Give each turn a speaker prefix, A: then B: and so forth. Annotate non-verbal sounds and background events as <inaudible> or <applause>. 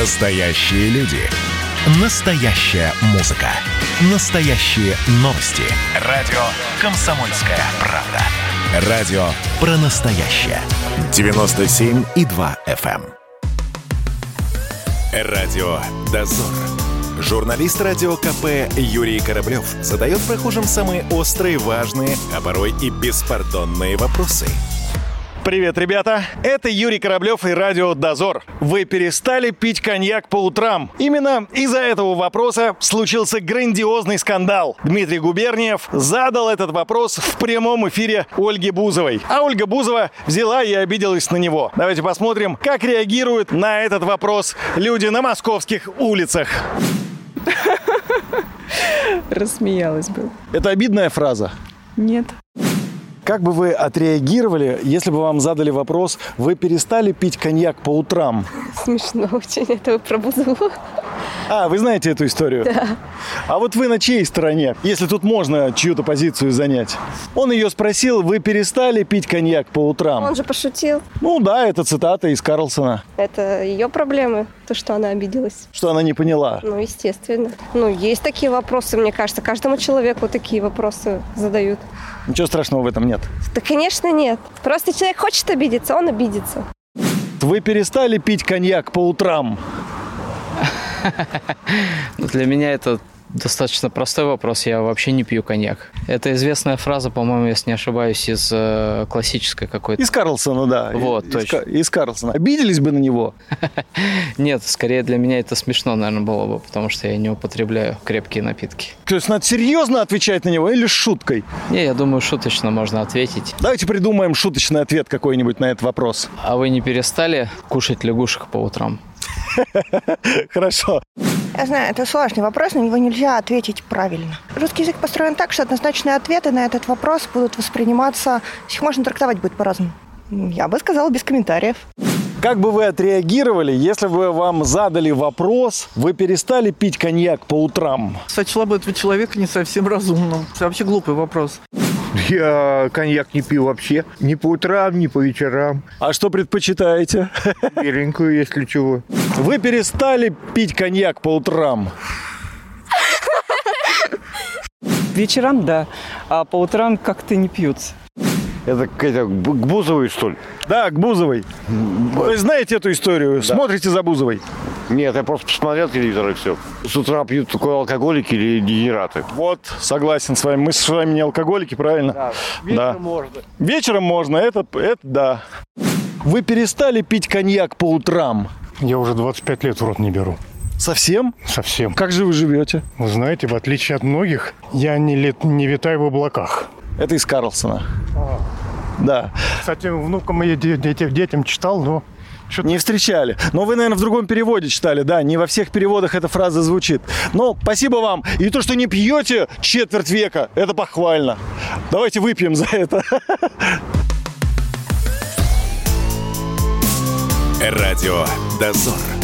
A: Настоящие люди. Настоящая музыка. Настоящие новости. Радио Комсомольская правда. Радио про настоящее. 97,2 FM. эм. Радио «Дозор». Журналист радио КП Юрий Кораблев задает прохожим самые острые, важные, а порой и беспардонные вопросы –
B: Привет, ребята! Это Юрий Кораблев и радио «Дозор». Вы перестали пить коньяк по утрам. Именно из-за этого вопроса случился грандиозный скандал. Дмитрий Губерниев задал этот вопрос в прямом эфире Ольги Бузовой. А Ольга Бузова взяла и обиделась на него. Давайте посмотрим, как реагируют на этот вопрос люди на московских улицах.
C: Рассмеялась бы.
B: Это обидная фраза.
C: Нет.
B: Как бы вы отреагировали, если бы вам задали вопрос, вы перестали пить коньяк по утрам?
C: Смешно <laughs> очень этого пробузову.
B: А, вы знаете эту историю? Да. А вот вы на чьей стороне, если тут можно чью-то позицию занять? Он ее спросил, вы перестали пить коньяк по утрам?
C: Он же пошутил.
B: Ну да, это цитата из Карлсона,
C: Это ее проблемы, то, что она обиделась.
B: что она не поняла.
C: Ну, естественно. Ну, есть такие вопросы, мне кажется. Каждому человеку такие вопросы задают.
B: Ничего страшного в этом нет.
C: Да, конечно, нет. Просто человек хочет обидеться, он обидится.
B: Вы перестали пить коньяк по утрам?
D: Ну, Для меня это достаточно простой вопрос. Я вообще не пью коньяк. Это известная фраза, по-моему, если не ошибаюсь, из э, классической какой-то.
B: Из Карлсона, да.
D: Вот,
B: из,
D: точно.
B: Ка- Из Карлсона. Обиделись бы на него.
D: Нет, скорее для меня это смешно, наверное, было бы, потому что я не употребляю крепкие напитки.
B: То есть надо серьезно отвечать на него или с шуткой?
D: Не, я думаю, шуточно можно ответить.
B: Давайте придумаем шуточный ответ какой-нибудь на этот вопрос.
D: А вы не перестали кушать лягушек по утрам?
B: Хорошо.
E: Я знаю, это сложный вопрос, на него нельзя ответить правильно. Русский язык построен так, что однозначные ответы на этот вопрос будут восприниматься... Их можно трактовать будет по-разному. Я бы сказала без комментариев.
B: Как бы вы отреагировали, если бы вам задали вопрос, вы перестали пить коньяк по утрам?
F: сочла бы этого человека не совсем разумным. Это вообще глупый вопрос.
G: Я коньяк не пью вообще. Ни по утрам, ни по вечерам.
B: А что предпочитаете?
G: Беленькую, если чего.
B: <laughs> Вы перестали пить коньяк по утрам.
H: Вечерам, да, а по утрам как-то не пьют.
I: Это какая-то б- к Бузовой, что ли?
B: Да, к Бузовой. Вы знаете эту историю? Смотрите за Бузовой.
I: Нет, я просто посмотрел телевизор и все. С утра пьют только алкоголики или дегенераты.
B: Вот, согласен с вами. Мы с вами не алкоголики, правильно? Да. Вечером можно. Вечером можно, это, это да. Вы перестали пить коньяк по утрам?
J: Я уже 25 лет в рот не беру.
B: Совсем?
J: Совсем.
B: Как же вы живете?
J: Вы знаете, в отличие от многих, я не, лет, не витаю в облаках.
B: Это из Карлсона. Да.
J: Кстати, внукам и де- де- детям читал, но что-то
B: Не встречали. Но вы, наверное, в другом переводе читали, да. Не во всех переводах эта фраза звучит. Но спасибо вам. И то, что не пьете четверть века, это похвально. Давайте выпьем за это.
A: Радио «Дозор».